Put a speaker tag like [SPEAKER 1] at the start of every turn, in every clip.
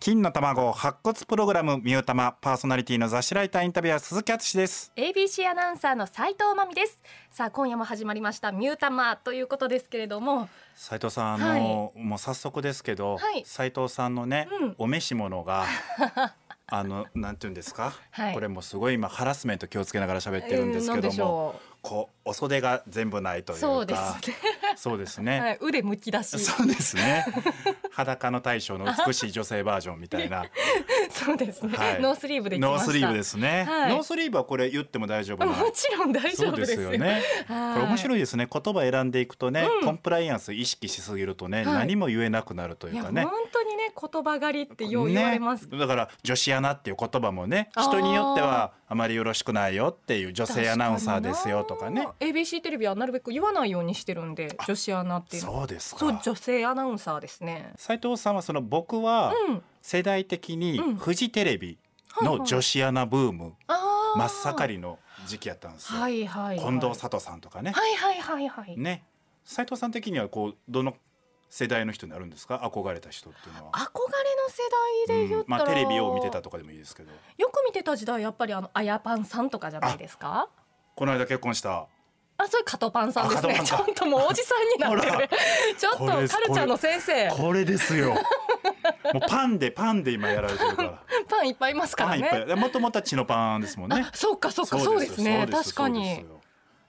[SPEAKER 1] 金の卵白骨プログラムミュータマパーソナリティの雑誌ライターインタビュアー鈴木敦です
[SPEAKER 2] ABC アナウンサーの斉藤真美ですさあ今夜も始まりましたミュータマということですけれども
[SPEAKER 1] 斉藤さん、あのもう早速ですけど、
[SPEAKER 2] はい
[SPEAKER 1] 斉藤さんのね、
[SPEAKER 2] うん
[SPEAKER 1] お召し物 があのなんて言うんですか、
[SPEAKER 2] はい
[SPEAKER 1] これもすごい今ハラスメント気をつけながら喋ってるんです
[SPEAKER 2] な
[SPEAKER 1] け
[SPEAKER 2] ん
[SPEAKER 1] ど
[SPEAKER 2] でし
[SPEAKER 1] も、
[SPEAKER 2] ょ
[SPEAKER 1] こうお袖が全部ないと
[SPEAKER 2] う
[SPEAKER 1] いうか
[SPEAKER 2] そうですね
[SPEAKER 1] そうですね、
[SPEAKER 2] はい、腕むき出し
[SPEAKER 1] そうですね裸の大将の美しい女性バージョンみたい な
[SPEAKER 2] そうですね、
[SPEAKER 1] はい
[SPEAKER 2] ノースリーブで来ま
[SPEAKER 1] ノ
[SPEAKER 2] し
[SPEAKER 1] ース
[SPEAKER 2] た
[SPEAKER 1] リーブですね、
[SPEAKER 2] はい
[SPEAKER 1] ノースリーブはこれ言っても大丈夫な
[SPEAKER 2] もちろん大丈
[SPEAKER 1] そう
[SPEAKER 2] 夫
[SPEAKER 1] で
[SPEAKER 2] ですす
[SPEAKER 1] よね。これ面白
[SPEAKER 2] い
[SPEAKER 1] いですね。言葉選んでいくとね、
[SPEAKER 2] うん
[SPEAKER 1] コンプライアンス意識しすぎるとね、
[SPEAKER 2] はい
[SPEAKER 1] 何も言えなくなると
[SPEAKER 2] い
[SPEAKER 1] いう
[SPEAKER 2] や
[SPEAKER 1] か
[SPEAKER 2] 本
[SPEAKER 1] ね。
[SPEAKER 2] 当にね言葉狩りってよう言われます、
[SPEAKER 1] ねだから女子アナっていう言葉もね
[SPEAKER 2] あー
[SPEAKER 1] 人によってはあまりよろしくないよっていう女性アナウンサーですよとかね
[SPEAKER 2] 確にな ABC テレビはなるべく言わないようにしてるんで女子アナっていうのは
[SPEAKER 1] そうです
[SPEAKER 2] そう
[SPEAKER 1] か
[SPEAKER 2] 女性アナウンサーですね
[SPEAKER 1] 斉藤さんはその僕は
[SPEAKER 2] うん
[SPEAKER 1] 世代的に
[SPEAKER 2] うん
[SPEAKER 1] フジテレビ
[SPEAKER 2] はい
[SPEAKER 1] の
[SPEAKER 2] はい
[SPEAKER 1] 女子アナブーム
[SPEAKER 2] あー
[SPEAKER 1] 真っ盛りの時期やったんですよ
[SPEAKER 2] はいはい、はい、
[SPEAKER 1] 近藤里さんとかね
[SPEAKER 2] はいはいはいはい、
[SPEAKER 1] ね斉藤さん的にはこうどの世代の人になるんですか憧れた人っていうのは
[SPEAKER 2] 憧れの世代で言
[SPEAKER 1] う
[SPEAKER 2] っ
[SPEAKER 1] ん
[SPEAKER 2] た
[SPEAKER 1] ま
[SPEAKER 2] ら、
[SPEAKER 1] あテレビを見てたとかでもいいですけど
[SPEAKER 2] よく見てた時代はやっぱりあのあやパンさんとかじゃないですか
[SPEAKER 1] この間結婚した
[SPEAKER 2] あそれ加藤パンさんです
[SPEAKER 1] あ
[SPEAKER 2] ね
[SPEAKER 1] 加藤
[SPEAKER 2] ち
[SPEAKER 1] パ
[SPEAKER 2] ょ
[SPEAKER 1] ンか
[SPEAKER 2] っともうおじさんになって
[SPEAKER 1] ほら
[SPEAKER 2] るちょっと
[SPEAKER 1] こ
[SPEAKER 2] カ
[SPEAKER 1] れ
[SPEAKER 2] ルチャーの先生
[SPEAKER 1] これですよ もうパンでパンで今やられてるから
[SPEAKER 2] パンいっぱいいますか
[SPEAKER 1] パ
[SPEAKER 2] ら
[SPEAKER 1] ンいっ
[SPEAKER 2] ね
[SPEAKER 1] ぱいでもともとは血のパンですもんね
[SPEAKER 2] あそうかそうかそうですね
[SPEAKER 1] そう
[SPEAKER 2] 確か
[SPEAKER 1] そうで
[SPEAKER 2] に
[SPEAKER 1] すよ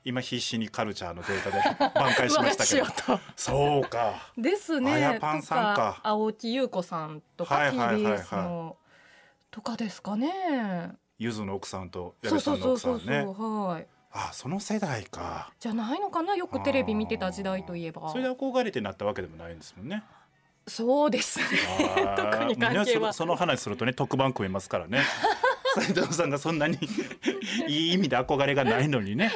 [SPEAKER 1] 今必死にカルチャーのデータ で挽回しました
[SPEAKER 2] 我が
[SPEAKER 1] け
[SPEAKER 2] し
[SPEAKER 1] ど
[SPEAKER 2] よと
[SPEAKER 1] そうか
[SPEAKER 2] ですね
[SPEAKER 1] あやぱんさんか
[SPEAKER 2] と青木優子さんとか、
[SPEAKER 1] はいはいはいはい
[SPEAKER 2] TBS のとかですかね
[SPEAKER 1] ゆずの奥さんと矢
[SPEAKER 2] そ
[SPEAKER 1] 部
[SPEAKER 2] う
[SPEAKER 1] さ
[SPEAKER 2] そ
[SPEAKER 1] の
[SPEAKER 2] うんそう
[SPEAKER 1] 奥さ
[SPEAKER 2] そ
[SPEAKER 1] ん
[SPEAKER 2] う
[SPEAKER 1] ね
[SPEAKER 2] そう、はい
[SPEAKER 1] あその世代か
[SPEAKER 2] じゃないのかなよくテレビ見てた時代といえ
[SPEAKER 1] あー
[SPEAKER 2] ば
[SPEAKER 1] それで憧れてなったわけでもないんですもんね
[SPEAKER 2] そうですね特に関係は
[SPEAKER 1] あーねそのその話するとね特番組めますから ね斉藤さんがそんなに いい意味で憧れがないのにね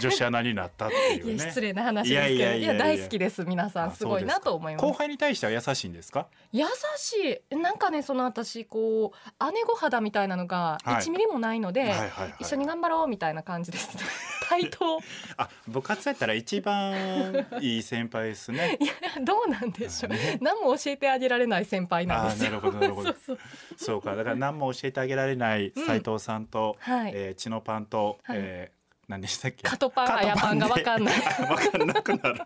[SPEAKER 1] 女子アナになったってい
[SPEAKER 2] いうや
[SPEAKER 1] ね
[SPEAKER 2] 失礼な話ですけど
[SPEAKER 1] い
[SPEAKER 2] い
[SPEAKER 1] やいや
[SPEAKER 2] や
[SPEAKER 1] いやいや
[SPEAKER 2] 大好きです皆さ
[SPEAKER 1] あ
[SPEAKER 2] んすごいなと思いま
[SPEAKER 1] 後
[SPEAKER 2] す
[SPEAKER 1] 輩に対しては優しいんですか
[SPEAKER 2] 優しいなんかねその私こう姉御肌みたいなのが
[SPEAKER 1] はい
[SPEAKER 2] 1ミリもないので、
[SPEAKER 1] はいはいはい
[SPEAKER 2] 一緒に頑張ろうみたいな感 じですね対等
[SPEAKER 1] あ部活やったら一番いい先輩ですね
[SPEAKER 2] いやどうなんでしょう
[SPEAKER 1] まあね
[SPEAKER 2] 何も教えてあげられない先輩なんですよ
[SPEAKER 1] あーなるほどなるほど
[SPEAKER 2] そうそう
[SPEAKER 1] そうかだから何も教えてあげられない斉藤さんと、
[SPEAKER 2] はい、
[SPEAKER 1] えー、チノパンと、
[SPEAKER 2] はい
[SPEAKER 1] えー何でしたっけ
[SPEAKER 2] カトパン
[SPEAKER 1] カ
[SPEAKER 2] あ
[SPEAKER 1] ト
[SPEAKER 2] やパンが
[SPEAKER 1] で
[SPEAKER 2] わかんない
[SPEAKER 1] あわかんなくなる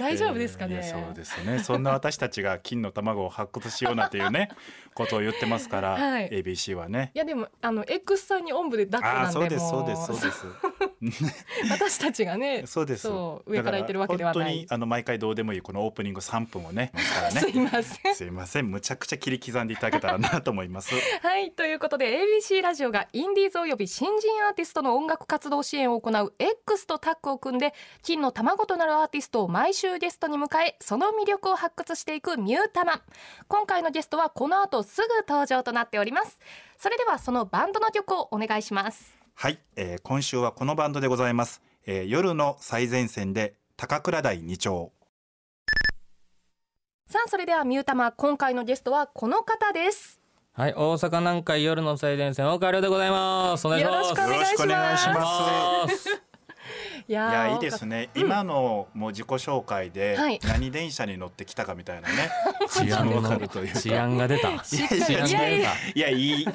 [SPEAKER 2] 大丈夫ですかね、
[SPEAKER 1] えーいやそうですねそんな私たちが金の卵を発掘しようなんていう ねことを言ってますから、
[SPEAKER 2] はい
[SPEAKER 1] ABC はね
[SPEAKER 2] いやでもあの X さんにおんぶで抱っこ
[SPEAKER 1] あ
[SPEAKER 2] な
[SPEAKER 1] あ
[SPEAKER 2] ん
[SPEAKER 1] そう
[SPEAKER 2] で
[SPEAKER 1] です
[SPEAKER 2] も
[SPEAKER 1] そうですそうです
[SPEAKER 2] 私たちがね
[SPEAKER 1] そうです
[SPEAKER 2] そう上から言ってるわけではない
[SPEAKER 1] だら本当にあの毎回どうでもいいこのオープニング3分をねますから
[SPEAKER 2] す
[SPEAKER 1] ね
[SPEAKER 2] いません
[SPEAKER 1] すいませんむちゃくちゃ切り刻んでいただけたらなと思います
[SPEAKER 2] はいということで ABC ラジオがインディーズおよび新人アーティストの音楽活動支援を行う X とタッグを組んで金の卵となるアーティストを毎週ゲストに迎えその魅力を発掘していくミュータマン今回のゲストはこの後すぐ登場となっておりますそれではそのバンドの曲をお願いします
[SPEAKER 1] はい、えー今週はこのバンドでございます、えー夜の最前線で高倉台二丁
[SPEAKER 2] さあそれではミュータマン今回のゲストはこの方です
[SPEAKER 3] はい、大阪南海夜の最前線、岡亮でございます。お願いしま
[SPEAKER 2] よ
[SPEAKER 3] す。
[SPEAKER 2] ろしくお願いし
[SPEAKER 1] よろ
[SPEAKER 2] ます
[SPEAKER 1] くお願いし
[SPEAKER 3] お願いします。
[SPEAKER 2] いや
[SPEAKER 1] い
[SPEAKER 2] ー
[SPEAKER 1] やいいですね、今のもう自己紹介で、
[SPEAKER 2] はい
[SPEAKER 1] 何電車に乗ってきたかみたいな ね
[SPEAKER 3] 治安
[SPEAKER 1] わか
[SPEAKER 3] の
[SPEAKER 1] るというか
[SPEAKER 3] 治安が出た。
[SPEAKER 2] しっかり
[SPEAKER 1] い
[SPEAKER 3] 治安
[SPEAKER 1] や
[SPEAKER 3] が
[SPEAKER 1] い
[SPEAKER 2] いやい
[SPEAKER 3] 出
[SPEAKER 2] や
[SPEAKER 3] た。
[SPEAKER 1] いやいい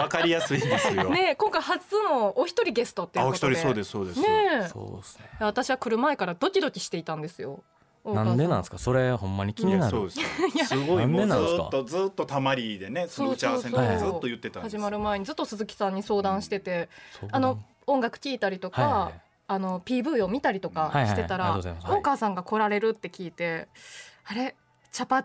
[SPEAKER 1] わかりやすいですよ、
[SPEAKER 2] ねえ今回初のお一人ゲストっていう
[SPEAKER 1] あお
[SPEAKER 2] こ
[SPEAKER 1] 一
[SPEAKER 2] と
[SPEAKER 1] 人
[SPEAKER 2] で
[SPEAKER 1] そうですそうです、
[SPEAKER 2] ねえ
[SPEAKER 3] そうですね。
[SPEAKER 2] 私は来る前からドキドキしていたんですよ。
[SPEAKER 3] なんでなん
[SPEAKER 2] ん
[SPEAKER 3] ですか、それ、ほんまに気
[SPEAKER 1] い
[SPEAKER 3] に
[SPEAKER 1] や
[SPEAKER 3] な
[SPEAKER 1] そう
[SPEAKER 3] る。
[SPEAKER 1] ですよすごい
[SPEAKER 3] なん
[SPEAKER 1] も
[SPEAKER 3] で
[SPEAKER 1] うず
[SPEAKER 3] なんです
[SPEAKER 1] ーっ
[SPEAKER 3] か
[SPEAKER 1] とずーっとたまりでねその打ち合わせの
[SPEAKER 3] そうそう
[SPEAKER 1] 時ず
[SPEAKER 3] そう
[SPEAKER 1] っと言ってたんです
[SPEAKER 2] 始
[SPEAKER 1] よ
[SPEAKER 2] まる前にずっと鈴木さんに相談してて、
[SPEAKER 3] そう
[SPEAKER 2] あの音楽聴いたりとか、
[SPEAKER 3] はいはいはい
[SPEAKER 2] あの PV を見たりとかしてたら、
[SPEAKER 3] はいはいはいありがとうございますはい
[SPEAKER 2] 大川さんが来られるって聞いて、あれ茶髪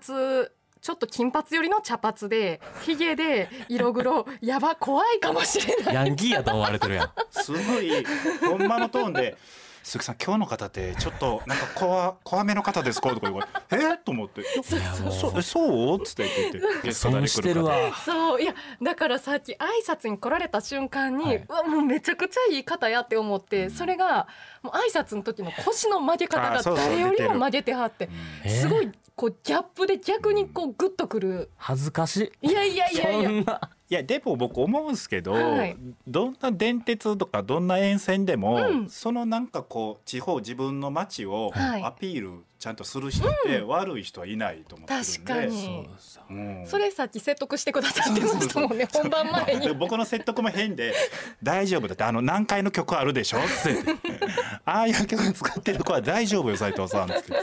[SPEAKER 2] ちょっと金髪寄りの茶髪でひげで色黒やば怖いかもしれない。
[SPEAKER 3] ヤンキーやと思われてるやん。
[SPEAKER 1] すごいほんまのトーンで「鈴木さん今日の方ってちょっとなんか怖怖めの方ですか?」とか言われて「えっ?」と思って「
[SPEAKER 2] そう
[SPEAKER 3] いやもう
[SPEAKER 1] そそう?」っつって言ってゲストで
[SPEAKER 3] 損
[SPEAKER 1] 来
[SPEAKER 3] して
[SPEAKER 1] る
[SPEAKER 3] る
[SPEAKER 1] 方
[SPEAKER 3] わ。
[SPEAKER 2] そういやだからさっき挨拶に来られた瞬間に、
[SPEAKER 3] はいう
[SPEAKER 2] わもうめちゃくちゃいい方やって思って、それがもう挨拶の時の腰の曲げ方
[SPEAKER 1] あー
[SPEAKER 2] が
[SPEAKER 1] そうそう
[SPEAKER 2] 誰より
[SPEAKER 1] 出て
[SPEAKER 2] も
[SPEAKER 1] る
[SPEAKER 2] 曲げてはっ
[SPEAKER 1] う
[SPEAKER 2] て
[SPEAKER 1] ん
[SPEAKER 3] えー
[SPEAKER 2] すごいこうギャップで逆にこうグッとくる、
[SPEAKER 3] 恥ずかし
[SPEAKER 2] いやいや
[SPEAKER 3] い。
[SPEAKER 2] いやい
[SPEAKER 3] そ
[SPEAKER 2] や
[SPEAKER 3] んな。
[SPEAKER 1] いやでも僕思うんですけど、
[SPEAKER 2] はい
[SPEAKER 1] どんな電鉄とかどんな沿線でも、
[SPEAKER 2] うん
[SPEAKER 1] そのなんかこう地方自分の街を
[SPEAKER 2] はい
[SPEAKER 1] アピールちゃんとする人って悪い人はいないと思ってるんで、
[SPEAKER 2] 確かに
[SPEAKER 3] そ
[SPEAKER 1] うん
[SPEAKER 2] それさっき説得してくださってましたもん ね本番前
[SPEAKER 1] で
[SPEAKER 2] に。
[SPEAKER 1] 僕の説得も変で「大丈夫だってあの何回の曲あるでしょ」 って「ああいう曲使ってる子は大丈夫よ斉藤さん」って言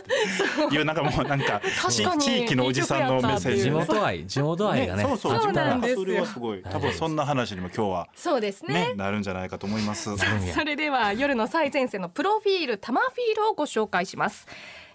[SPEAKER 1] っていうなんかもうなんか地
[SPEAKER 2] 確かに
[SPEAKER 1] 地域のおじさんのメッセー
[SPEAKER 3] う
[SPEAKER 1] ジ
[SPEAKER 3] 地
[SPEAKER 1] ね
[SPEAKER 3] 元愛地元愛がね
[SPEAKER 1] そうそう自
[SPEAKER 2] そう
[SPEAKER 1] 分
[SPEAKER 2] な
[SPEAKER 1] なんんか
[SPEAKER 2] ですよ
[SPEAKER 1] それはすごい多分そんな話にも今日は
[SPEAKER 2] そうですね
[SPEAKER 1] ねなるんじゃないかと思います。
[SPEAKER 2] それでは夜の最前線のプロフィールタマフィールをご紹介します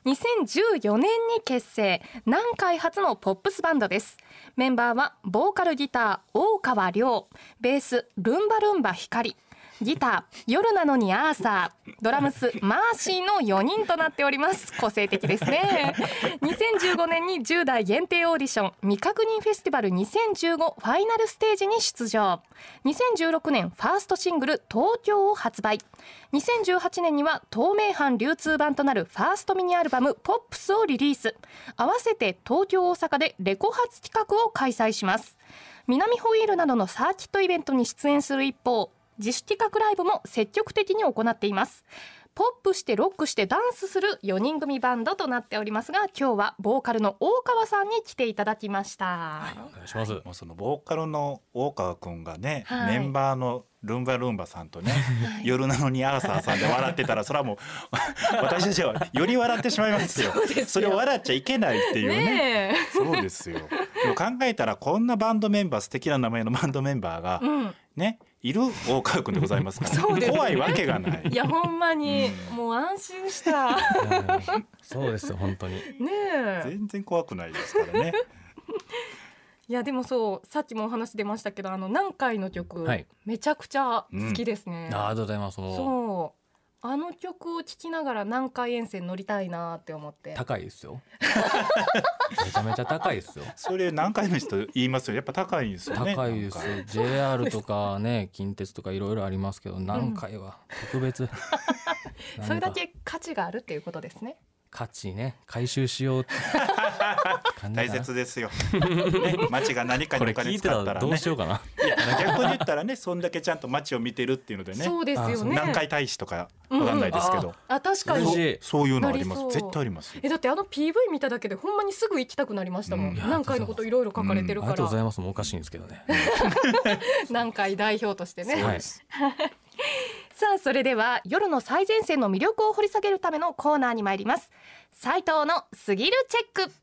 [SPEAKER 2] 2014年に結成南海初のポップスバンドですメンバーはボーカルギター大川亮ベースルンバルンバ光ギター夜なのにアーサードラムスマーシーの4人となっております個性的ですね2015年に10代限定オーディション未確認フェスティバル2015ファイナルステージに出場2016年ファーストシングル「東京」を発売2018年には透明版流通版となるファーストミニアルバム「ポップスをリリース合わせて東京大阪でレコ発企画を開催します南ホイールなどのサーキットイベントに出演する一方自主企画ライブも積極的に行っていますポップしてロックしてダンスする4人組バンドとなっておりますが今日はボーカルの大川さんに来ていただきました、
[SPEAKER 3] お願いします
[SPEAKER 1] もうそのボーカルの大川くんがね、
[SPEAKER 2] はい
[SPEAKER 1] メンバーのルンバルンバさんと ね、
[SPEAKER 2] はい
[SPEAKER 1] 夜なのにアーサーさんで笑ってたらそれはも う私たちはより笑ってしまいますよ。
[SPEAKER 2] そうですよ
[SPEAKER 1] それを笑っちゃいけないっていうね。
[SPEAKER 2] ねえ
[SPEAKER 1] そうですよ。でも考えたらこんなバンドメンバー素敵な名前のバンドメンバーが
[SPEAKER 2] うん
[SPEAKER 1] ね、いる大川くんでございますから、
[SPEAKER 2] そうですね
[SPEAKER 1] 怖いわけがない。
[SPEAKER 2] いやほんまに、もう安心 した。ね
[SPEAKER 3] うんそうですよ本当に
[SPEAKER 2] え。
[SPEAKER 1] 全然怖くないですからね。
[SPEAKER 2] いやでもそうさっきもお話出ましたけどあの南海の曲、
[SPEAKER 3] はい
[SPEAKER 2] めちゃくちゃ好きですね。
[SPEAKER 3] あありがとうございますもう
[SPEAKER 2] そうあの曲を聴きながら南海沿線乗りたいなって思って。
[SPEAKER 3] 高いですよめちゃめちゃ高いですよ
[SPEAKER 1] それ何回も人言いますよ。やっぱ高いんですよね。
[SPEAKER 3] 高いですよ
[SPEAKER 1] なんか
[SPEAKER 3] JR とかね近鉄とかいろいろありますけど何回は特 別なんか
[SPEAKER 2] それだけ価値があるっていうことですね。
[SPEAKER 3] 価値ね回収しようって感じかな
[SPEAKER 1] 大切ですよ。ね、町が何か
[SPEAKER 3] こ
[SPEAKER 1] に
[SPEAKER 3] れ
[SPEAKER 1] お
[SPEAKER 3] 聞
[SPEAKER 1] 金
[SPEAKER 3] いて
[SPEAKER 1] 使ったた
[SPEAKER 3] ら
[SPEAKER 1] ら
[SPEAKER 3] どう
[SPEAKER 1] ね
[SPEAKER 3] し。ようかな
[SPEAKER 1] いや逆に言ったらね、そんだけちゃんと町を見てるっていうのでね。
[SPEAKER 2] そうです
[SPEAKER 3] あ
[SPEAKER 2] よ
[SPEAKER 3] そう
[SPEAKER 2] ね。
[SPEAKER 1] 南海大使とかわかんないですけど、
[SPEAKER 2] あ確か
[SPEAKER 3] 嬉し
[SPEAKER 2] に。
[SPEAKER 3] い
[SPEAKER 1] そうそういうのあります
[SPEAKER 2] なり。そう
[SPEAKER 1] 絶対ありますよ。
[SPEAKER 2] えだってあの PV 見ただけでほんまにすぐ行きたくなりましたもん。
[SPEAKER 1] うん
[SPEAKER 2] 南海のこといろいろ書かれて
[SPEAKER 3] あり
[SPEAKER 2] る
[SPEAKER 3] が
[SPEAKER 2] か
[SPEAKER 3] とう
[SPEAKER 2] ら
[SPEAKER 3] ございますもうおかしいんですけどね
[SPEAKER 2] 南海代表としてね。
[SPEAKER 1] そう
[SPEAKER 3] はい
[SPEAKER 1] です。
[SPEAKER 2] さあそれでは夜の最前線の魅力を掘り下げるためのコーナーに参ります斉藤のすぎるチェック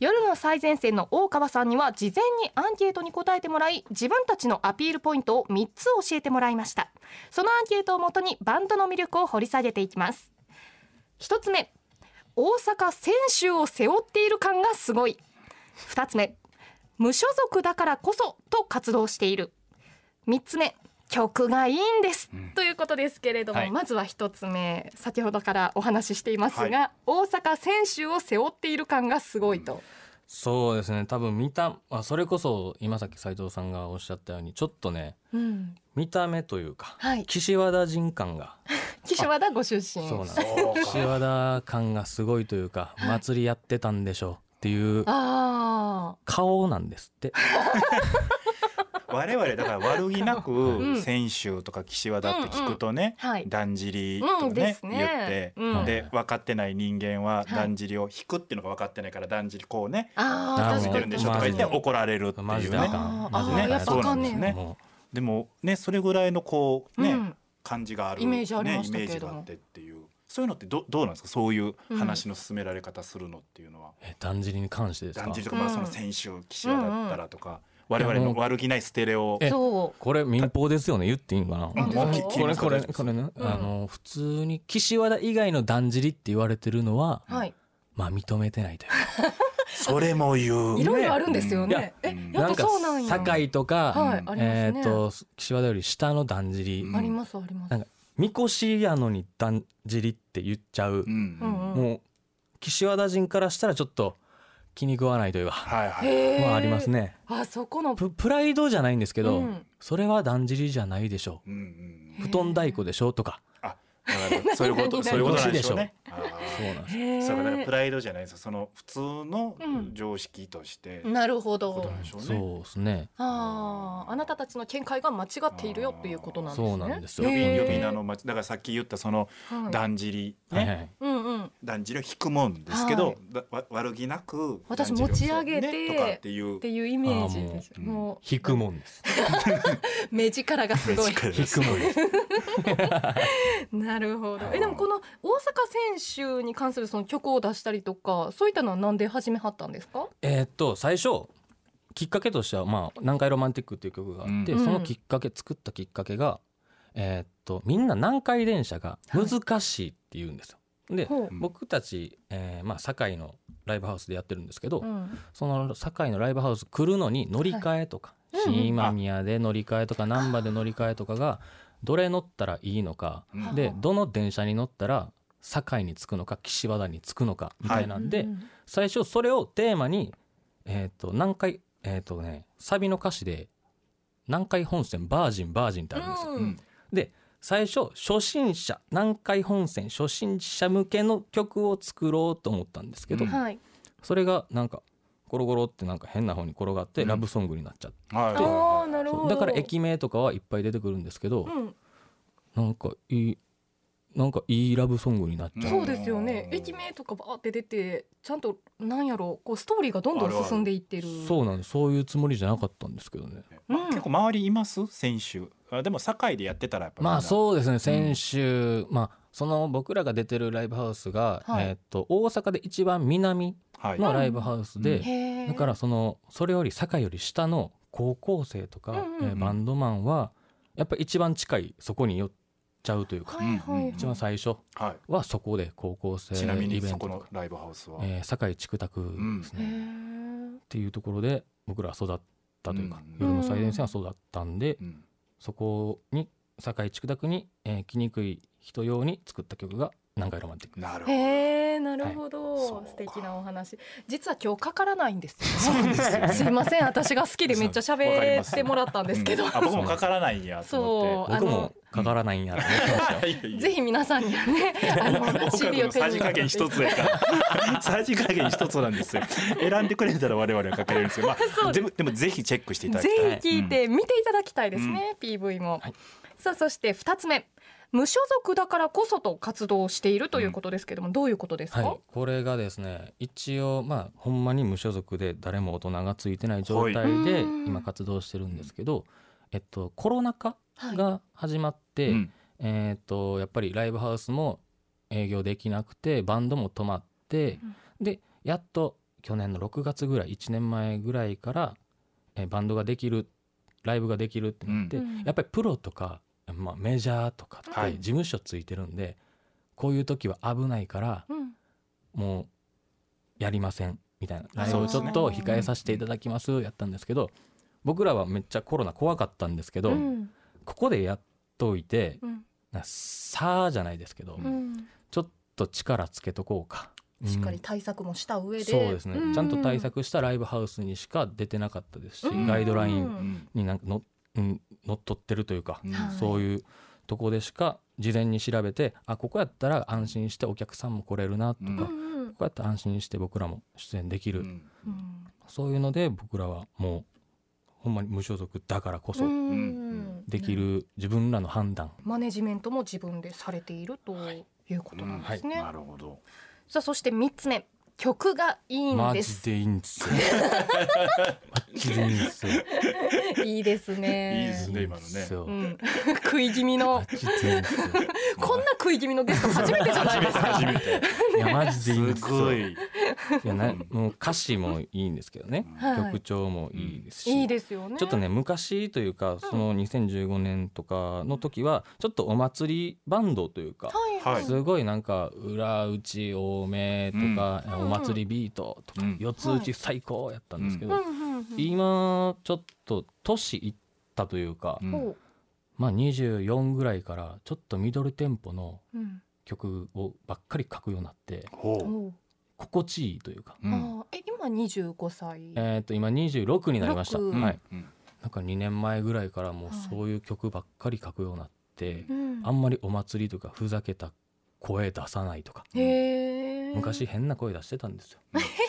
[SPEAKER 2] 夜の最前線の大川さんには事前にアンケートに答えてもらい自分たちのアピールポイントを3つ教えてもらいましたそのアンケートをもとにバンドの魅力を掘り下げていきます1つ目大阪選手を背負っている感がすごい2つ目無所属だからこそと活動している3つ目曲がいいんです、
[SPEAKER 1] うん
[SPEAKER 2] ということですけれども、
[SPEAKER 1] はい
[SPEAKER 2] まずは1つ目先ほどからお話ししていますが、
[SPEAKER 1] は
[SPEAKER 2] 大阪選手を背負っている感がすごいと、
[SPEAKER 3] そうですね多分見たあそれこそ今さっき斉藤さんがおっしゃったようにちょっとね
[SPEAKER 2] うん、
[SPEAKER 3] 見た目というか
[SPEAKER 2] はい
[SPEAKER 3] 岸和田人感が
[SPEAKER 2] 岸和田ご出身
[SPEAKER 3] そうなんです
[SPEAKER 1] そう
[SPEAKER 3] 岸
[SPEAKER 1] か
[SPEAKER 3] 和田感がすごいというか祭りやってたんでしょうっていう
[SPEAKER 2] あ
[SPEAKER 3] 顔なんですって
[SPEAKER 1] 我々だから悪気な
[SPEAKER 2] ん
[SPEAKER 1] く選手とか岸和田って聞くとね、
[SPEAKER 2] あはい
[SPEAKER 1] だんじりと
[SPEAKER 2] う
[SPEAKER 1] か
[SPEAKER 2] んで
[SPEAKER 1] ね,、
[SPEAKER 2] すね
[SPEAKER 1] 言
[SPEAKER 2] う
[SPEAKER 1] っ
[SPEAKER 2] ん
[SPEAKER 1] て、で分かってない人間は
[SPEAKER 2] はい
[SPEAKER 1] だんじりを引くっていうのが分かってないからだんじりこうね
[SPEAKER 2] あ
[SPEAKER 3] な
[SPEAKER 2] ー
[SPEAKER 3] る
[SPEAKER 1] 引いてる
[SPEAKER 2] 確か
[SPEAKER 3] ほど
[SPEAKER 1] ん
[SPEAKER 2] に
[SPEAKER 1] でしょとか言って怒られるって
[SPEAKER 3] マ
[SPEAKER 1] い
[SPEAKER 3] ジ
[SPEAKER 1] う
[SPEAKER 3] であ
[SPEAKER 1] ね
[SPEAKER 3] か
[SPEAKER 2] あー
[SPEAKER 3] んマジで
[SPEAKER 1] ね
[SPEAKER 3] あ
[SPEAKER 1] そうな
[SPEAKER 3] かん
[SPEAKER 1] んですね
[SPEAKER 3] もう
[SPEAKER 1] でもねそれぐらいのこうね、
[SPEAKER 2] うん
[SPEAKER 1] 感じがある、
[SPEAKER 2] イ
[SPEAKER 1] ね、
[SPEAKER 2] メージありました
[SPEAKER 1] イ
[SPEAKER 2] けれ
[SPEAKER 1] メージ
[SPEAKER 2] ども
[SPEAKER 1] があってっていうそういうのってどどうなんですかそういう話の進められ方するのっていうのは、
[SPEAKER 3] えだんじりに関してです
[SPEAKER 1] だ
[SPEAKER 3] か
[SPEAKER 1] んじりとか、まあ、
[SPEAKER 2] うん
[SPEAKER 1] その選手岸和田だったらとか、
[SPEAKER 3] ん
[SPEAKER 1] 我々の悪気ないステレオ
[SPEAKER 3] え
[SPEAKER 2] そ
[SPEAKER 3] これ民放ですよね言っていいんかな
[SPEAKER 1] うん
[SPEAKER 2] もう切
[SPEAKER 3] これこれ
[SPEAKER 1] 切ります
[SPEAKER 3] これね、
[SPEAKER 2] うん
[SPEAKER 3] あの普通に岸和田以外のだんじりって言われてるのは
[SPEAKER 2] うはい
[SPEAKER 3] まあ認めてないというか
[SPEAKER 1] それも言う
[SPEAKER 2] いろいろあるんですよね
[SPEAKER 1] いや
[SPEAKER 2] え
[SPEAKER 1] うん
[SPEAKER 2] やっぱそうなんや
[SPEAKER 3] 堺とか、
[SPEAKER 2] はいありますね
[SPEAKER 3] えっ、と岸和田より下のだんじり、
[SPEAKER 1] うん
[SPEAKER 2] ありますあります
[SPEAKER 3] なんかみこしやのにだんじりって言っちゃう
[SPEAKER 1] う、んうん
[SPEAKER 2] うん
[SPEAKER 3] もう岸和田人からしたらちょっと気に食わないというか、
[SPEAKER 1] はいはい
[SPEAKER 2] へー
[SPEAKER 3] まあありますね
[SPEAKER 2] あそこの
[SPEAKER 3] ププライドじゃないんですけど、
[SPEAKER 2] うん
[SPEAKER 3] それはだんじりじゃないでしょ
[SPEAKER 1] うんうん
[SPEAKER 3] う布団太鼓でしょうとか
[SPEAKER 1] だからそういうこ
[SPEAKER 2] 何
[SPEAKER 1] と、
[SPEAKER 2] 々
[SPEAKER 1] そういうことなんでしょうね。
[SPEAKER 3] そうなんです。
[SPEAKER 2] へー
[SPEAKER 1] そうかだからプライドじゃないですかその普通の
[SPEAKER 2] うん
[SPEAKER 1] 常識として、
[SPEAKER 2] なるほど
[SPEAKER 1] ことなんでしょうね
[SPEAKER 3] そうですね。
[SPEAKER 2] あああなたたちの見解が間違っているよということなんですね。
[SPEAKER 3] そうなんです
[SPEAKER 1] 呼
[SPEAKER 3] よ
[SPEAKER 1] び
[SPEAKER 3] へー
[SPEAKER 1] 呼び名の町だからさっき言ったその
[SPEAKER 2] はい
[SPEAKER 1] だんじり、
[SPEAKER 3] はいは
[SPEAKER 1] ね
[SPEAKER 3] い。
[SPEAKER 2] うんうん。
[SPEAKER 1] だんじりを引くもんですけど、
[SPEAKER 2] はい
[SPEAKER 1] だわ悪気なく
[SPEAKER 2] 私
[SPEAKER 1] だんじりを
[SPEAKER 2] 持ち上げて
[SPEAKER 1] ねとかっていう
[SPEAKER 2] っていうイメージです。
[SPEAKER 1] あーもう
[SPEAKER 2] もう
[SPEAKER 3] 引くもんです。
[SPEAKER 2] 目力がすご い。
[SPEAKER 3] 引くもんです。
[SPEAKER 2] なるほど。
[SPEAKER 1] はい
[SPEAKER 2] えでもこの大阪選手に関するその曲を出したりとかそういったのはなんで始めはったんですか？
[SPEAKER 3] えーっと最初きっかけとしてはまあ南海ロマンティックっていう曲があって、
[SPEAKER 2] うん
[SPEAKER 3] そのきっかけ作ったきっかけがえーっとみんな南海電車が難しいって言うんですよ。で
[SPEAKER 2] ほう
[SPEAKER 1] うん
[SPEAKER 3] 僕たち、えーまあ堺のライブハウスでやってるんですけど、
[SPEAKER 2] うん
[SPEAKER 3] その堺のライブハウス来るのに乗り換えとか、
[SPEAKER 2] はいうんうん
[SPEAKER 3] 今宮で乗り換えとか難波で乗り換えとかがどれ乗ったらいいのか
[SPEAKER 1] うん
[SPEAKER 3] でどの電車に乗ったら堺に着くのか岸和田に着くのかみたいなんで、
[SPEAKER 2] うん
[SPEAKER 3] 最初それをテーマにえっ、と何回えっ、とねサビの歌詞で「南海本線バージンバージン」ってあるんですよ。
[SPEAKER 2] う
[SPEAKER 1] うん
[SPEAKER 2] ん
[SPEAKER 3] で最初初心者南海本線初心者向けの曲を作ろうと思ったんですけど、
[SPEAKER 1] うん
[SPEAKER 2] はい。
[SPEAKER 3] それがなんかゴロゴロってなんか変な方に転がって
[SPEAKER 1] うん
[SPEAKER 3] ラブソングになっちゃって、
[SPEAKER 1] はい
[SPEAKER 2] ああなるほ
[SPEAKER 3] そう
[SPEAKER 2] ど。
[SPEAKER 3] だから駅名とかはいっぱい出てくるんですけど、
[SPEAKER 2] うん
[SPEAKER 3] なんかいいなんかいいラブソングになっちゃう、
[SPEAKER 2] そうですよね。
[SPEAKER 1] うん
[SPEAKER 2] 駅名とかバーって出てちゃんとなんやろうこうストーリーがどんどん進んでいってる。
[SPEAKER 3] そうなんですそういうつもりじゃなかったんですけどね
[SPEAKER 1] まあ
[SPEAKER 2] うん
[SPEAKER 1] 結構周りいます選手あでも堺でやってたらやっぱ
[SPEAKER 3] まあ
[SPEAKER 1] う
[SPEAKER 3] そうですね先週、まあその僕らが出てるライブハウスが、
[SPEAKER 2] はい
[SPEAKER 3] えーっと大阪で一番南
[SPEAKER 1] はい、
[SPEAKER 3] のライブハウスで、
[SPEAKER 1] うん
[SPEAKER 2] へえ。
[SPEAKER 3] だからそのそれより坂より下の高校生とか、
[SPEAKER 2] うんうん
[SPEAKER 3] えーバンドマンはやっぱ一番近いそこに寄っちゃうというか、
[SPEAKER 2] はいはい、
[SPEAKER 1] うん
[SPEAKER 3] 一番最初
[SPEAKER 1] は
[SPEAKER 3] はそこで高校生
[SPEAKER 1] い、ちなみ
[SPEAKER 3] イ
[SPEAKER 1] に
[SPEAKER 3] ベ
[SPEAKER 1] そ
[SPEAKER 3] ント
[SPEAKER 1] ことの
[SPEAKER 3] か、
[SPEAKER 1] ライブハウスは、
[SPEAKER 3] えー、堺築拓ですね、
[SPEAKER 2] へ
[SPEAKER 3] っ
[SPEAKER 2] え。
[SPEAKER 3] ていうところで僕らは育ったというか、
[SPEAKER 1] うん
[SPEAKER 3] 夜の最前線は育ったんで、
[SPEAKER 1] うん
[SPEAKER 3] そこに堺築拓に、えー、来にくい人用に作った曲が「南海ロマンティック
[SPEAKER 1] なるほど、
[SPEAKER 2] へえなるほど、
[SPEAKER 1] はいそうか
[SPEAKER 2] 素敵なお話実は今日かからないんです
[SPEAKER 1] そ
[SPEAKER 2] よ
[SPEAKER 1] うですよね
[SPEAKER 2] すいません私が好きでめっちゃ喋ってもらったんですけど、
[SPEAKER 1] うんあ僕もかからないんやと思っ」
[SPEAKER 2] あの
[SPEAKER 3] 僕もかからないんやと思ってま したよ
[SPEAKER 1] て
[SPEAKER 2] ぜひ皆さんには ねあの
[SPEAKER 1] 僕
[SPEAKER 2] CD
[SPEAKER 1] は
[SPEAKER 2] を
[SPEAKER 1] の
[SPEAKER 2] 手
[SPEAKER 1] さ
[SPEAKER 2] に
[SPEAKER 1] じ加減一つやからさじ加減一つなんですよ選んでくれたら我々はかけれるんですけど、ま
[SPEAKER 2] そ
[SPEAKER 1] あ、
[SPEAKER 2] う
[SPEAKER 1] でもでもぜひチェックしていただき
[SPEAKER 2] ぜ
[SPEAKER 1] たい
[SPEAKER 2] ひ聞いて見ていただきたいですね、PV も、
[SPEAKER 3] はい
[SPEAKER 2] さあそして二つ目無所属だからこそと活動しているということですけども、どういうことですか、
[SPEAKER 3] はい、これがですね一応まあほんまに無所属で誰も大人がついてない状
[SPEAKER 1] は
[SPEAKER 3] 態で
[SPEAKER 2] うん
[SPEAKER 3] 今活動してるんですけど、えっと、コロナ禍
[SPEAKER 2] はい
[SPEAKER 3] が始まって、
[SPEAKER 1] うん
[SPEAKER 3] えっとやっぱりライブハウスも営業できなくてバンドも止まって、でやっと去年の6月ぐらい1年前ぐらいから、えーバンドができるライブができるってなって、
[SPEAKER 2] うんうん
[SPEAKER 3] やっぱりプロとか、まあ、メジャーとかって
[SPEAKER 1] はい
[SPEAKER 3] 事務所ついてるんで、こういう時は危ないから。
[SPEAKER 2] うん
[SPEAKER 3] もうやりませんみたい
[SPEAKER 1] あ
[SPEAKER 3] なライブをちょっ
[SPEAKER 2] そう
[SPEAKER 3] と
[SPEAKER 2] ですね
[SPEAKER 3] 控えさせていただきますやったんですけど僕らはめっちゃコロナ怖かったんですけど、
[SPEAKER 2] うん
[SPEAKER 3] ここでやっといて
[SPEAKER 2] うん
[SPEAKER 3] なさあじゃないですけど、
[SPEAKER 2] うん
[SPEAKER 3] ちょっと力つけとこうか。
[SPEAKER 2] しっかり
[SPEAKER 3] うん
[SPEAKER 2] 対策もした上で、
[SPEAKER 3] そうですね、
[SPEAKER 2] う
[SPEAKER 3] ちゃんと対策したライブハウスにしか出てなかったですし、
[SPEAKER 2] うん
[SPEAKER 3] ガイドライ
[SPEAKER 2] う
[SPEAKER 3] ン
[SPEAKER 1] うんん
[SPEAKER 3] になんかの,、うん、のっとってるというか、
[SPEAKER 1] うん
[SPEAKER 2] はい
[SPEAKER 3] そういうとこでしか事前に調べてあここやったら安心してお客さんも来れるなと
[SPEAKER 1] う
[SPEAKER 3] か、
[SPEAKER 1] ん
[SPEAKER 2] う
[SPEAKER 3] こ
[SPEAKER 2] んうん
[SPEAKER 3] こやったら安心して僕らも出演できる
[SPEAKER 1] うん
[SPEAKER 2] うん
[SPEAKER 3] そういうので僕らはもうほんまに無所属だからこそ
[SPEAKER 2] うん
[SPEAKER 1] うん
[SPEAKER 3] できる自分らの判断、
[SPEAKER 2] マネジメントも自分でされているということなんですね。
[SPEAKER 1] なるほど
[SPEAKER 2] さあそして三つ目曲がいいん
[SPEAKER 3] マ
[SPEAKER 2] で
[SPEAKER 3] ジ
[SPEAKER 2] す。
[SPEAKER 3] でいいんですよマジでいいんですよ
[SPEAKER 2] いいですね。
[SPEAKER 1] いいですね今の
[SPEAKER 3] いいんですよ
[SPEAKER 2] うん食い気味 の
[SPEAKER 3] マジでいいんですよ
[SPEAKER 2] こんな食い気味のゲスト初めてじゃないですか
[SPEAKER 1] 初。めて
[SPEAKER 3] いやマジでいいんです
[SPEAKER 1] す
[SPEAKER 3] よ
[SPEAKER 1] ごい
[SPEAKER 3] いやなもう歌詞もいいんですけどね、
[SPEAKER 2] はい
[SPEAKER 3] 曲調もいいですし、
[SPEAKER 2] いいですよね。
[SPEAKER 3] ちょっとね昔というかその2015年とかの時はちょっとお祭りバンドというか、
[SPEAKER 2] はいはい。
[SPEAKER 3] すごいなんか裏打ち多めとか、
[SPEAKER 2] うん
[SPEAKER 3] お祭りビートとか、
[SPEAKER 1] うん
[SPEAKER 3] 四つ打ち最高やったんですけ
[SPEAKER 2] う
[SPEAKER 3] ど、
[SPEAKER 2] んうんうん。
[SPEAKER 3] 今ちょっと年いったというか、
[SPEAKER 1] うん
[SPEAKER 2] ほ
[SPEAKER 3] まあ24ぐらいからちょっとミドルテンポの
[SPEAKER 2] ううん
[SPEAKER 3] 曲をばっかり書くようになって
[SPEAKER 1] ほ
[SPEAKER 2] ほ
[SPEAKER 3] 心地いいというか、
[SPEAKER 1] う
[SPEAKER 2] う。
[SPEAKER 1] うん
[SPEAKER 2] ああえ今二十五歳。
[SPEAKER 3] えっ、と今26になりました、
[SPEAKER 2] 六
[SPEAKER 3] はい、
[SPEAKER 1] うん
[SPEAKER 3] なんか2年前ぐらいからもう
[SPEAKER 2] はい
[SPEAKER 3] そういう曲ばっかり書くようになって、
[SPEAKER 2] うん
[SPEAKER 3] あんまりお祭りとかふざけた声出さないとか
[SPEAKER 2] へえ
[SPEAKER 3] 昔変な声出してた んですよ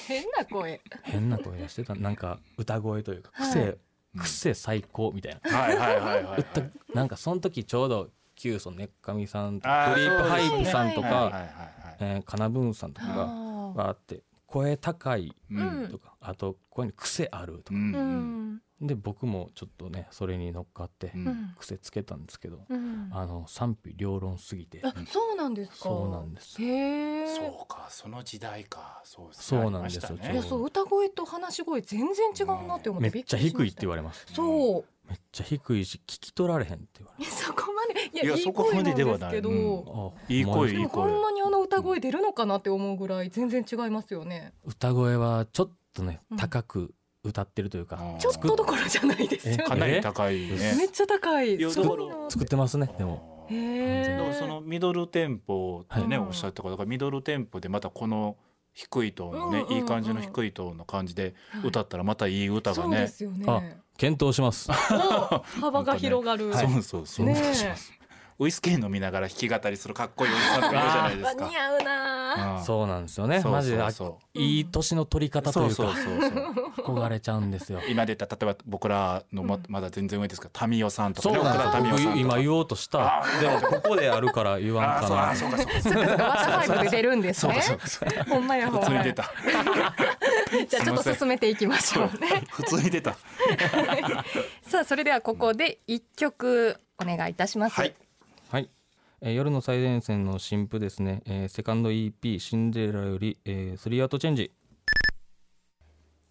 [SPEAKER 2] 変な 声
[SPEAKER 3] 変な声出してたなんか歌声というか
[SPEAKER 2] はい
[SPEAKER 3] 癖、
[SPEAKER 1] うん
[SPEAKER 3] 癖最高みたいな、
[SPEAKER 1] はいはいはいはいはい
[SPEAKER 3] なんかその時ちょうどキュウソネッカミさんと
[SPEAKER 1] あ
[SPEAKER 3] か
[SPEAKER 1] ー
[SPEAKER 3] クリープハイプさんと
[SPEAKER 1] はいはいは
[SPEAKER 3] か
[SPEAKER 1] いはい
[SPEAKER 3] えーカナブーンさんとかが
[SPEAKER 2] あー
[SPEAKER 3] わーって声高い
[SPEAKER 1] うん
[SPEAKER 3] とか、あと声に癖ある
[SPEAKER 1] う
[SPEAKER 3] とか、
[SPEAKER 1] ん
[SPEAKER 2] う
[SPEAKER 1] うん
[SPEAKER 2] ん
[SPEAKER 3] で僕もちょっとねそれに乗っかって
[SPEAKER 1] うん
[SPEAKER 2] うん
[SPEAKER 3] 癖つけたんですけど、
[SPEAKER 2] うんあ
[SPEAKER 3] あの賛否両論すぎて
[SPEAKER 2] そうなんですか
[SPEAKER 3] そうなんです
[SPEAKER 2] へえ
[SPEAKER 1] そうかその時代かそうです
[SPEAKER 3] そうなんですよ
[SPEAKER 1] ありました
[SPEAKER 2] い
[SPEAKER 1] ね
[SPEAKER 2] やそう歌声と話し声全然違うなって思って
[SPEAKER 3] めっ
[SPEAKER 2] びく
[SPEAKER 3] ちゃ
[SPEAKER 2] りしました
[SPEAKER 3] 低いって言われます
[SPEAKER 2] そう
[SPEAKER 3] めっちゃ低いし聞き取られへんって言われ
[SPEAKER 2] いやそこまでいや
[SPEAKER 1] いや
[SPEAKER 2] いい
[SPEAKER 1] そこ
[SPEAKER 2] 声
[SPEAKER 1] まで
[SPEAKER 2] なん
[SPEAKER 1] では
[SPEAKER 2] です
[SPEAKER 1] ない
[SPEAKER 2] けど、
[SPEAKER 1] うん
[SPEAKER 3] ますあ
[SPEAKER 1] いい声
[SPEAKER 3] ほんま
[SPEAKER 2] で
[SPEAKER 3] に
[SPEAKER 2] もほんまにあの歌声出るのかなって思うぐらい全然違いますよね。
[SPEAKER 3] 歌声はちょっとね
[SPEAKER 2] うん
[SPEAKER 3] 高く歌ってるというか、
[SPEAKER 1] うん
[SPEAKER 2] ちょっとどころじゃないですよ
[SPEAKER 3] え
[SPEAKER 1] か
[SPEAKER 2] ね。
[SPEAKER 1] なり高い
[SPEAKER 3] え
[SPEAKER 2] め
[SPEAKER 1] ね
[SPEAKER 2] っちゃ高い。
[SPEAKER 1] いやだ
[SPEAKER 2] す
[SPEAKER 1] から
[SPEAKER 2] ごいな。
[SPEAKER 3] 作ってますねでも
[SPEAKER 1] あー
[SPEAKER 2] へ
[SPEAKER 1] だから
[SPEAKER 2] え。
[SPEAKER 1] そのミドルテンポってね
[SPEAKER 2] はい
[SPEAKER 1] おっしゃったからだからミドルテンポでまたこの低いトーンのね
[SPEAKER 2] うんうんうん
[SPEAKER 1] いい感じの低いトーンの感じで
[SPEAKER 2] はい
[SPEAKER 1] 歌ったらまたいい歌が
[SPEAKER 2] そうで
[SPEAKER 1] ね
[SPEAKER 2] すよ
[SPEAKER 3] あ
[SPEAKER 2] ね。
[SPEAKER 3] 検討します
[SPEAKER 2] 幅が広がる。
[SPEAKER 1] そうそうそう
[SPEAKER 2] ね
[SPEAKER 1] ウイスキー飲みながら弾き語りするかっこいいおじさんとかいるじゃない
[SPEAKER 2] え。
[SPEAKER 1] で
[SPEAKER 2] あ
[SPEAKER 1] すか
[SPEAKER 2] 似合うな。
[SPEAKER 1] うん
[SPEAKER 3] そうなんですよね
[SPEAKER 1] そう
[SPEAKER 3] マジで
[SPEAKER 1] そう
[SPEAKER 3] あ
[SPEAKER 1] そう
[SPEAKER 3] いい年の取り方と
[SPEAKER 1] そ
[SPEAKER 3] いうう
[SPEAKER 1] そう
[SPEAKER 3] か
[SPEAKER 1] そうそう
[SPEAKER 3] 憧れちゃうんですよ
[SPEAKER 1] 今出た例えば僕らのま
[SPEAKER 2] うん
[SPEAKER 1] まだ全然上ですけど民生さんとか
[SPEAKER 3] そう
[SPEAKER 1] ね
[SPEAKER 3] なん
[SPEAKER 1] 奥田民
[SPEAKER 3] です
[SPEAKER 1] 生さんと
[SPEAKER 3] よ僕今
[SPEAKER 1] か
[SPEAKER 3] 言おうとしたでもここであるから言わん
[SPEAKER 1] あ
[SPEAKER 3] か
[SPEAKER 1] そう
[SPEAKER 3] な
[SPEAKER 1] あそうかそうかそう
[SPEAKER 2] そうかワッサイブで出るんですね
[SPEAKER 1] かそう。かそうか
[SPEAKER 2] ほんまやほん
[SPEAKER 1] 普通
[SPEAKER 2] ま
[SPEAKER 1] に
[SPEAKER 2] や。
[SPEAKER 1] 出
[SPEAKER 2] じゃ
[SPEAKER 1] た
[SPEAKER 2] あちょっと進めていきましょうね。
[SPEAKER 1] 普通に出た
[SPEAKER 2] さあそれではここで一曲お願いいたします。
[SPEAKER 1] はい
[SPEAKER 3] はい、えー夜の最前線の新譜ですね、えーセカンド EP「シンデレラ」より、えースリーアウトチェンジ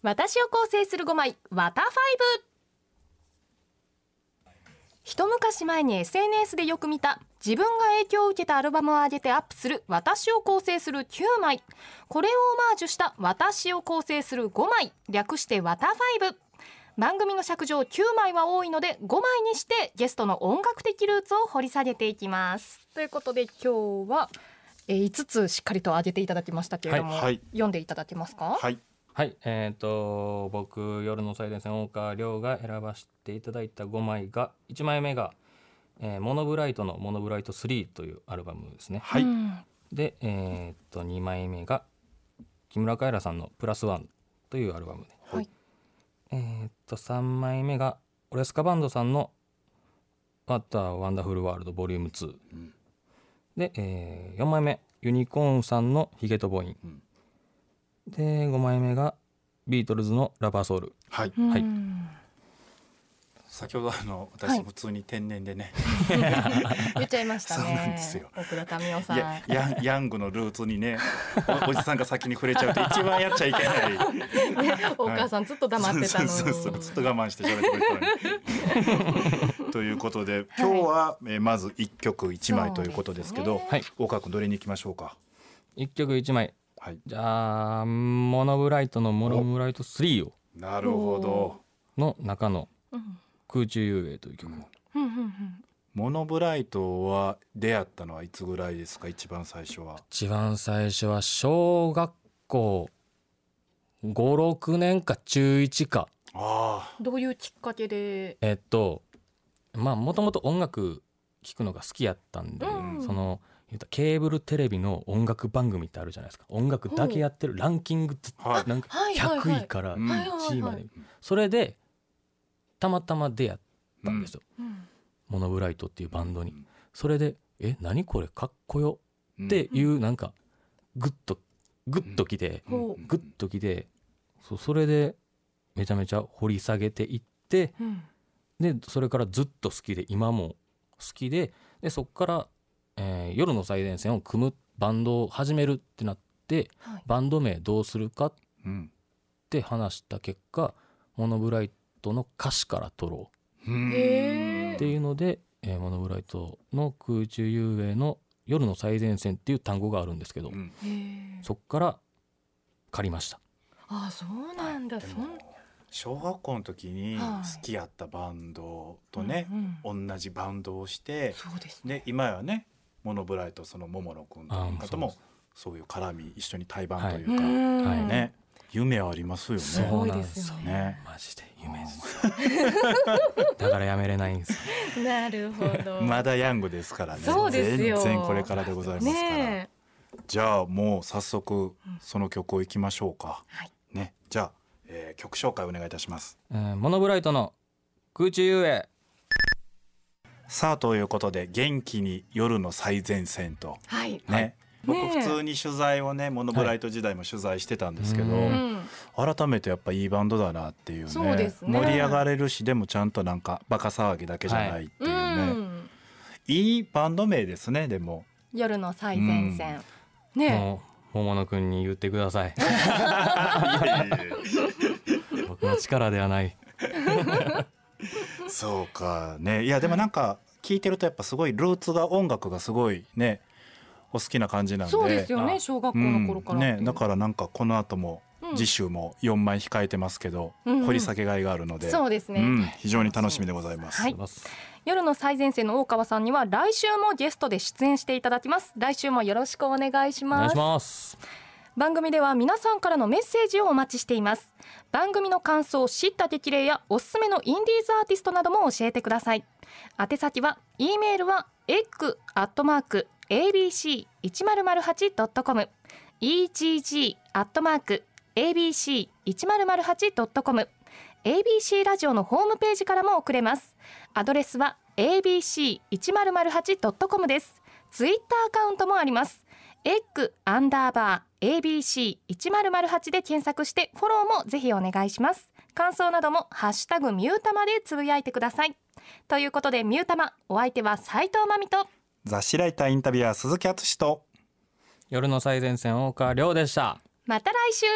[SPEAKER 2] 私を構成する5枚ワタファイブ一昔前に SNS でよく見た自分が影響を受けたアルバムを上げてアップする私を構成する9枚これをオマージュした私を構成する5枚略してワタファイブ番組の尺上9枚は多いので5枚にしてゲストの音楽的ルーツを掘り下げていきますということで今日はえー5つしっかりと上げていただきましたけれども、
[SPEAKER 1] はいはい
[SPEAKER 2] 読んでいただけますか
[SPEAKER 1] はい
[SPEAKER 3] はいえっ、と僕夜の最前線大川亮が選ばせていただいた5枚が1枚目が、えーモノブライトの「モノブライト3」というアルバムですね
[SPEAKER 1] はい
[SPEAKER 2] うん
[SPEAKER 3] でえっ、と2枚目が木村カエラさんの「プラスワンというアルバムで、
[SPEAKER 2] はい
[SPEAKER 3] えっ、と3枚目がオレスカバンドさんの「What a Wonderful World Vol.2」
[SPEAKER 1] うん
[SPEAKER 3] で、え4枚目ユニコーンさんの「ヒゲとボイン
[SPEAKER 1] うん」
[SPEAKER 3] で5枚目がビートルズの「ラバーソウル
[SPEAKER 1] はい
[SPEAKER 2] は
[SPEAKER 3] はいい。
[SPEAKER 1] 先ほどあの
[SPEAKER 2] は
[SPEAKER 1] 私
[SPEAKER 2] い
[SPEAKER 1] 普通に天然でね、
[SPEAKER 2] 言っちゃいましたね。
[SPEAKER 1] そうなんですよ
[SPEAKER 2] 奥田民生さん。
[SPEAKER 1] やヤンヤングのルーツにねおおじさんが先に触れちゃうと一番やっちゃいけない
[SPEAKER 2] お母さんずっと黙ってたのに。
[SPEAKER 1] そうそうそうずっと我慢して喋ってくれた のにということで今日は、えーまず一曲一枚ということですけど
[SPEAKER 2] そうですね
[SPEAKER 3] はい
[SPEAKER 1] 大川君どれに行きましょうか」
[SPEAKER 3] 1曲1枚
[SPEAKER 1] はい
[SPEAKER 3] じゃあ「モノブライトの「モノブライト3を
[SPEAKER 1] なるほど
[SPEAKER 3] の中の
[SPEAKER 2] うん
[SPEAKER 3] 「空中遊泳」という曲、
[SPEAKER 2] うんうんうん
[SPEAKER 1] モノブライトは出会ったのはいつぐらいですか一番最初は
[SPEAKER 3] 一番最初は小学校56年か中1か
[SPEAKER 1] あ
[SPEAKER 2] どういうきっかけで。
[SPEAKER 3] えっとまあもともと音楽聴くのが好きやったんで、
[SPEAKER 2] うん
[SPEAKER 3] その言うたらケーブルテレビの音楽番組ってあるじゃないですか音楽だけやってるランキングず
[SPEAKER 1] あはい
[SPEAKER 3] なんか
[SPEAKER 2] はいはいはい
[SPEAKER 3] 100位から
[SPEAKER 1] うん
[SPEAKER 2] はいはい
[SPEAKER 3] 1位
[SPEAKER 2] は
[SPEAKER 3] ま
[SPEAKER 2] い
[SPEAKER 3] でそれでたまたま出会ったんですよ、
[SPEAKER 2] うん
[SPEAKER 3] モノブライトっていうバンドに
[SPEAKER 1] うん
[SPEAKER 3] それで「え何これかっこよ」
[SPEAKER 1] うん
[SPEAKER 3] っていうなんかグッとグッときて
[SPEAKER 1] うん
[SPEAKER 2] こう
[SPEAKER 3] グッときてそうそれでめちゃめちゃ掘り下げていって、
[SPEAKER 2] うん
[SPEAKER 3] でそれからずっと好きで今も好きででそこから、えー夜の最前線を組むバンドを始めるってなって
[SPEAKER 2] はい
[SPEAKER 3] バンド名どうするかっ
[SPEAKER 1] うん
[SPEAKER 3] て話した結果モノブライトの歌詞から取ろ
[SPEAKER 1] うん
[SPEAKER 2] へ
[SPEAKER 3] うっていうので、えーモノブライトの空中遊泳の「夜の最前線」っていう単語があるんですけど、
[SPEAKER 1] うん
[SPEAKER 2] へえ
[SPEAKER 3] そこから借りました。
[SPEAKER 2] あ、そうなんだ。
[SPEAKER 1] で
[SPEAKER 2] そ
[SPEAKER 1] も
[SPEAKER 2] ん。
[SPEAKER 1] 小学校の時に好きやったバンドとね
[SPEAKER 2] う、んうん
[SPEAKER 1] 同じバンドをして
[SPEAKER 2] そうですね。
[SPEAKER 1] で今やねモノブライトその桃野君と
[SPEAKER 3] あー
[SPEAKER 1] かともそういう絡み一緒に対バンといううか、
[SPEAKER 2] ん
[SPEAKER 3] はい
[SPEAKER 1] ね夢ありますよ
[SPEAKER 3] そう
[SPEAKER 1] ね。
[SPEAKER 2] ごい
[SPEAKER 3] なん
[SPEAKER 2] で
[SPEAKER 3] です
[SPEAKER 2] すよ
[SPEAKER 3] よ
[SPEAKER 2] ね。
[SPEAKER 1] ね
[SPEAKER 3] マジで夢ですだからやめれないんですよ
[SPEAKER 2] なるほど
[SPEAKER 1] まだヤングですからね
[SPEAKER 2] そうですよ
[SPEAKER 1] 全然これからでございますから、
[SPEAKER 2] ね
[SPEAKER 1] じゃあもう早速その曲をいきましょうか、
[SPEAKER 2] はい
[SPEAKER 1] ねじゃあ、えー曲紹介お願いいたします
[SPEAKER 3] えーモノブライトの空中遊泳
[SPEAKER 1] さあということで元気に夜の最前線と
[SPEAKER 2] えはい、
[SPEAKER 1] ね、
[SPEAKER 3] はい
[SPEAKER 1] 僕
[SPEAKER 2] ねえ
[SPEAKER 1] 普通に取材をねモノブライト時代も取材してたんですけど、
[SPEAKER 3] う
[SPEAKER 2] うんん、
[SPEAKER 1] 改めてやっぱいいバンドだなっていうね
[SPEAKER 2] そうですね
[SPEAKER 1] 盛り上がれるしでもちゃんとなんかバカ騒ぎだけじゃないっていう
[SPEAKER 2] う
[SPEAKER 1] ね、
[SPEAKER 2] ん、
[SPEAKER 1] いいバンド名ですねでも
[SPEAKER 2] 夜の最前線、ね
[SPEAKER 3] もう桃野くんに言ってく ださい僕の力ではない
[SPEAKER 1] そうかねいやでもなんか聞いてるとやっぱすごいルーツが音楽がすごいねお好きな感じな
[SPEAKER 2] え
[SPEAKER 1] んで
[SPEAKER 2] そうですよね
[SPEAKER 3] あ
[SPEAKER 2] 小学校
[SPEAKER 1] うん
[SPEAKER 2] の頃から、
[SPEAKER 1] ね、だからなんかこの後も
[SPEAKER 2] うん
[SPEAKER 1] 次週も4枚控えてますけど、
[SPEAKER 2] うんうん
[SPEAKER 1] 掘り下げがいがあるので、
[SPEAKER 2] そうですね、
[SPEAKER 1] うん、非常に楽しみでございます。
[SPEAKER 2] はい夜の最前線の大川さんには来週もゲストで出演していただきます来週もよろしくお願いし
[SPEAKER 3] お願
[SPEAKER 2] ま
[SPEAKER 3] い
[SPEAKER 2] す
[SPEAKER 3] します
[SPEAKER 2] 番組では皆さんからのメッセージをお待ちしています番組の感想知った激励やおすすめのインディーズアーティストなども教えてください宛先は e メールは egg.abc1008.com egg.abc1008.com ABC ラジオのホームページからも送れますアドレスは abc1008.com ですツイッターアカウントもありますエッグアンダーバー ABC1008 で検索してフォローもぜひお願いします感想などもハッシュタグミュータマでつぶやいてくださいということでミュータマお相手は斉藤まみと
[SPEAKER 1] 雑誌ライターインタビュアー鈴木敦史と
[SPEAKER 3] 夜の最前線大川亮でした
[SPEAKER 2] また来週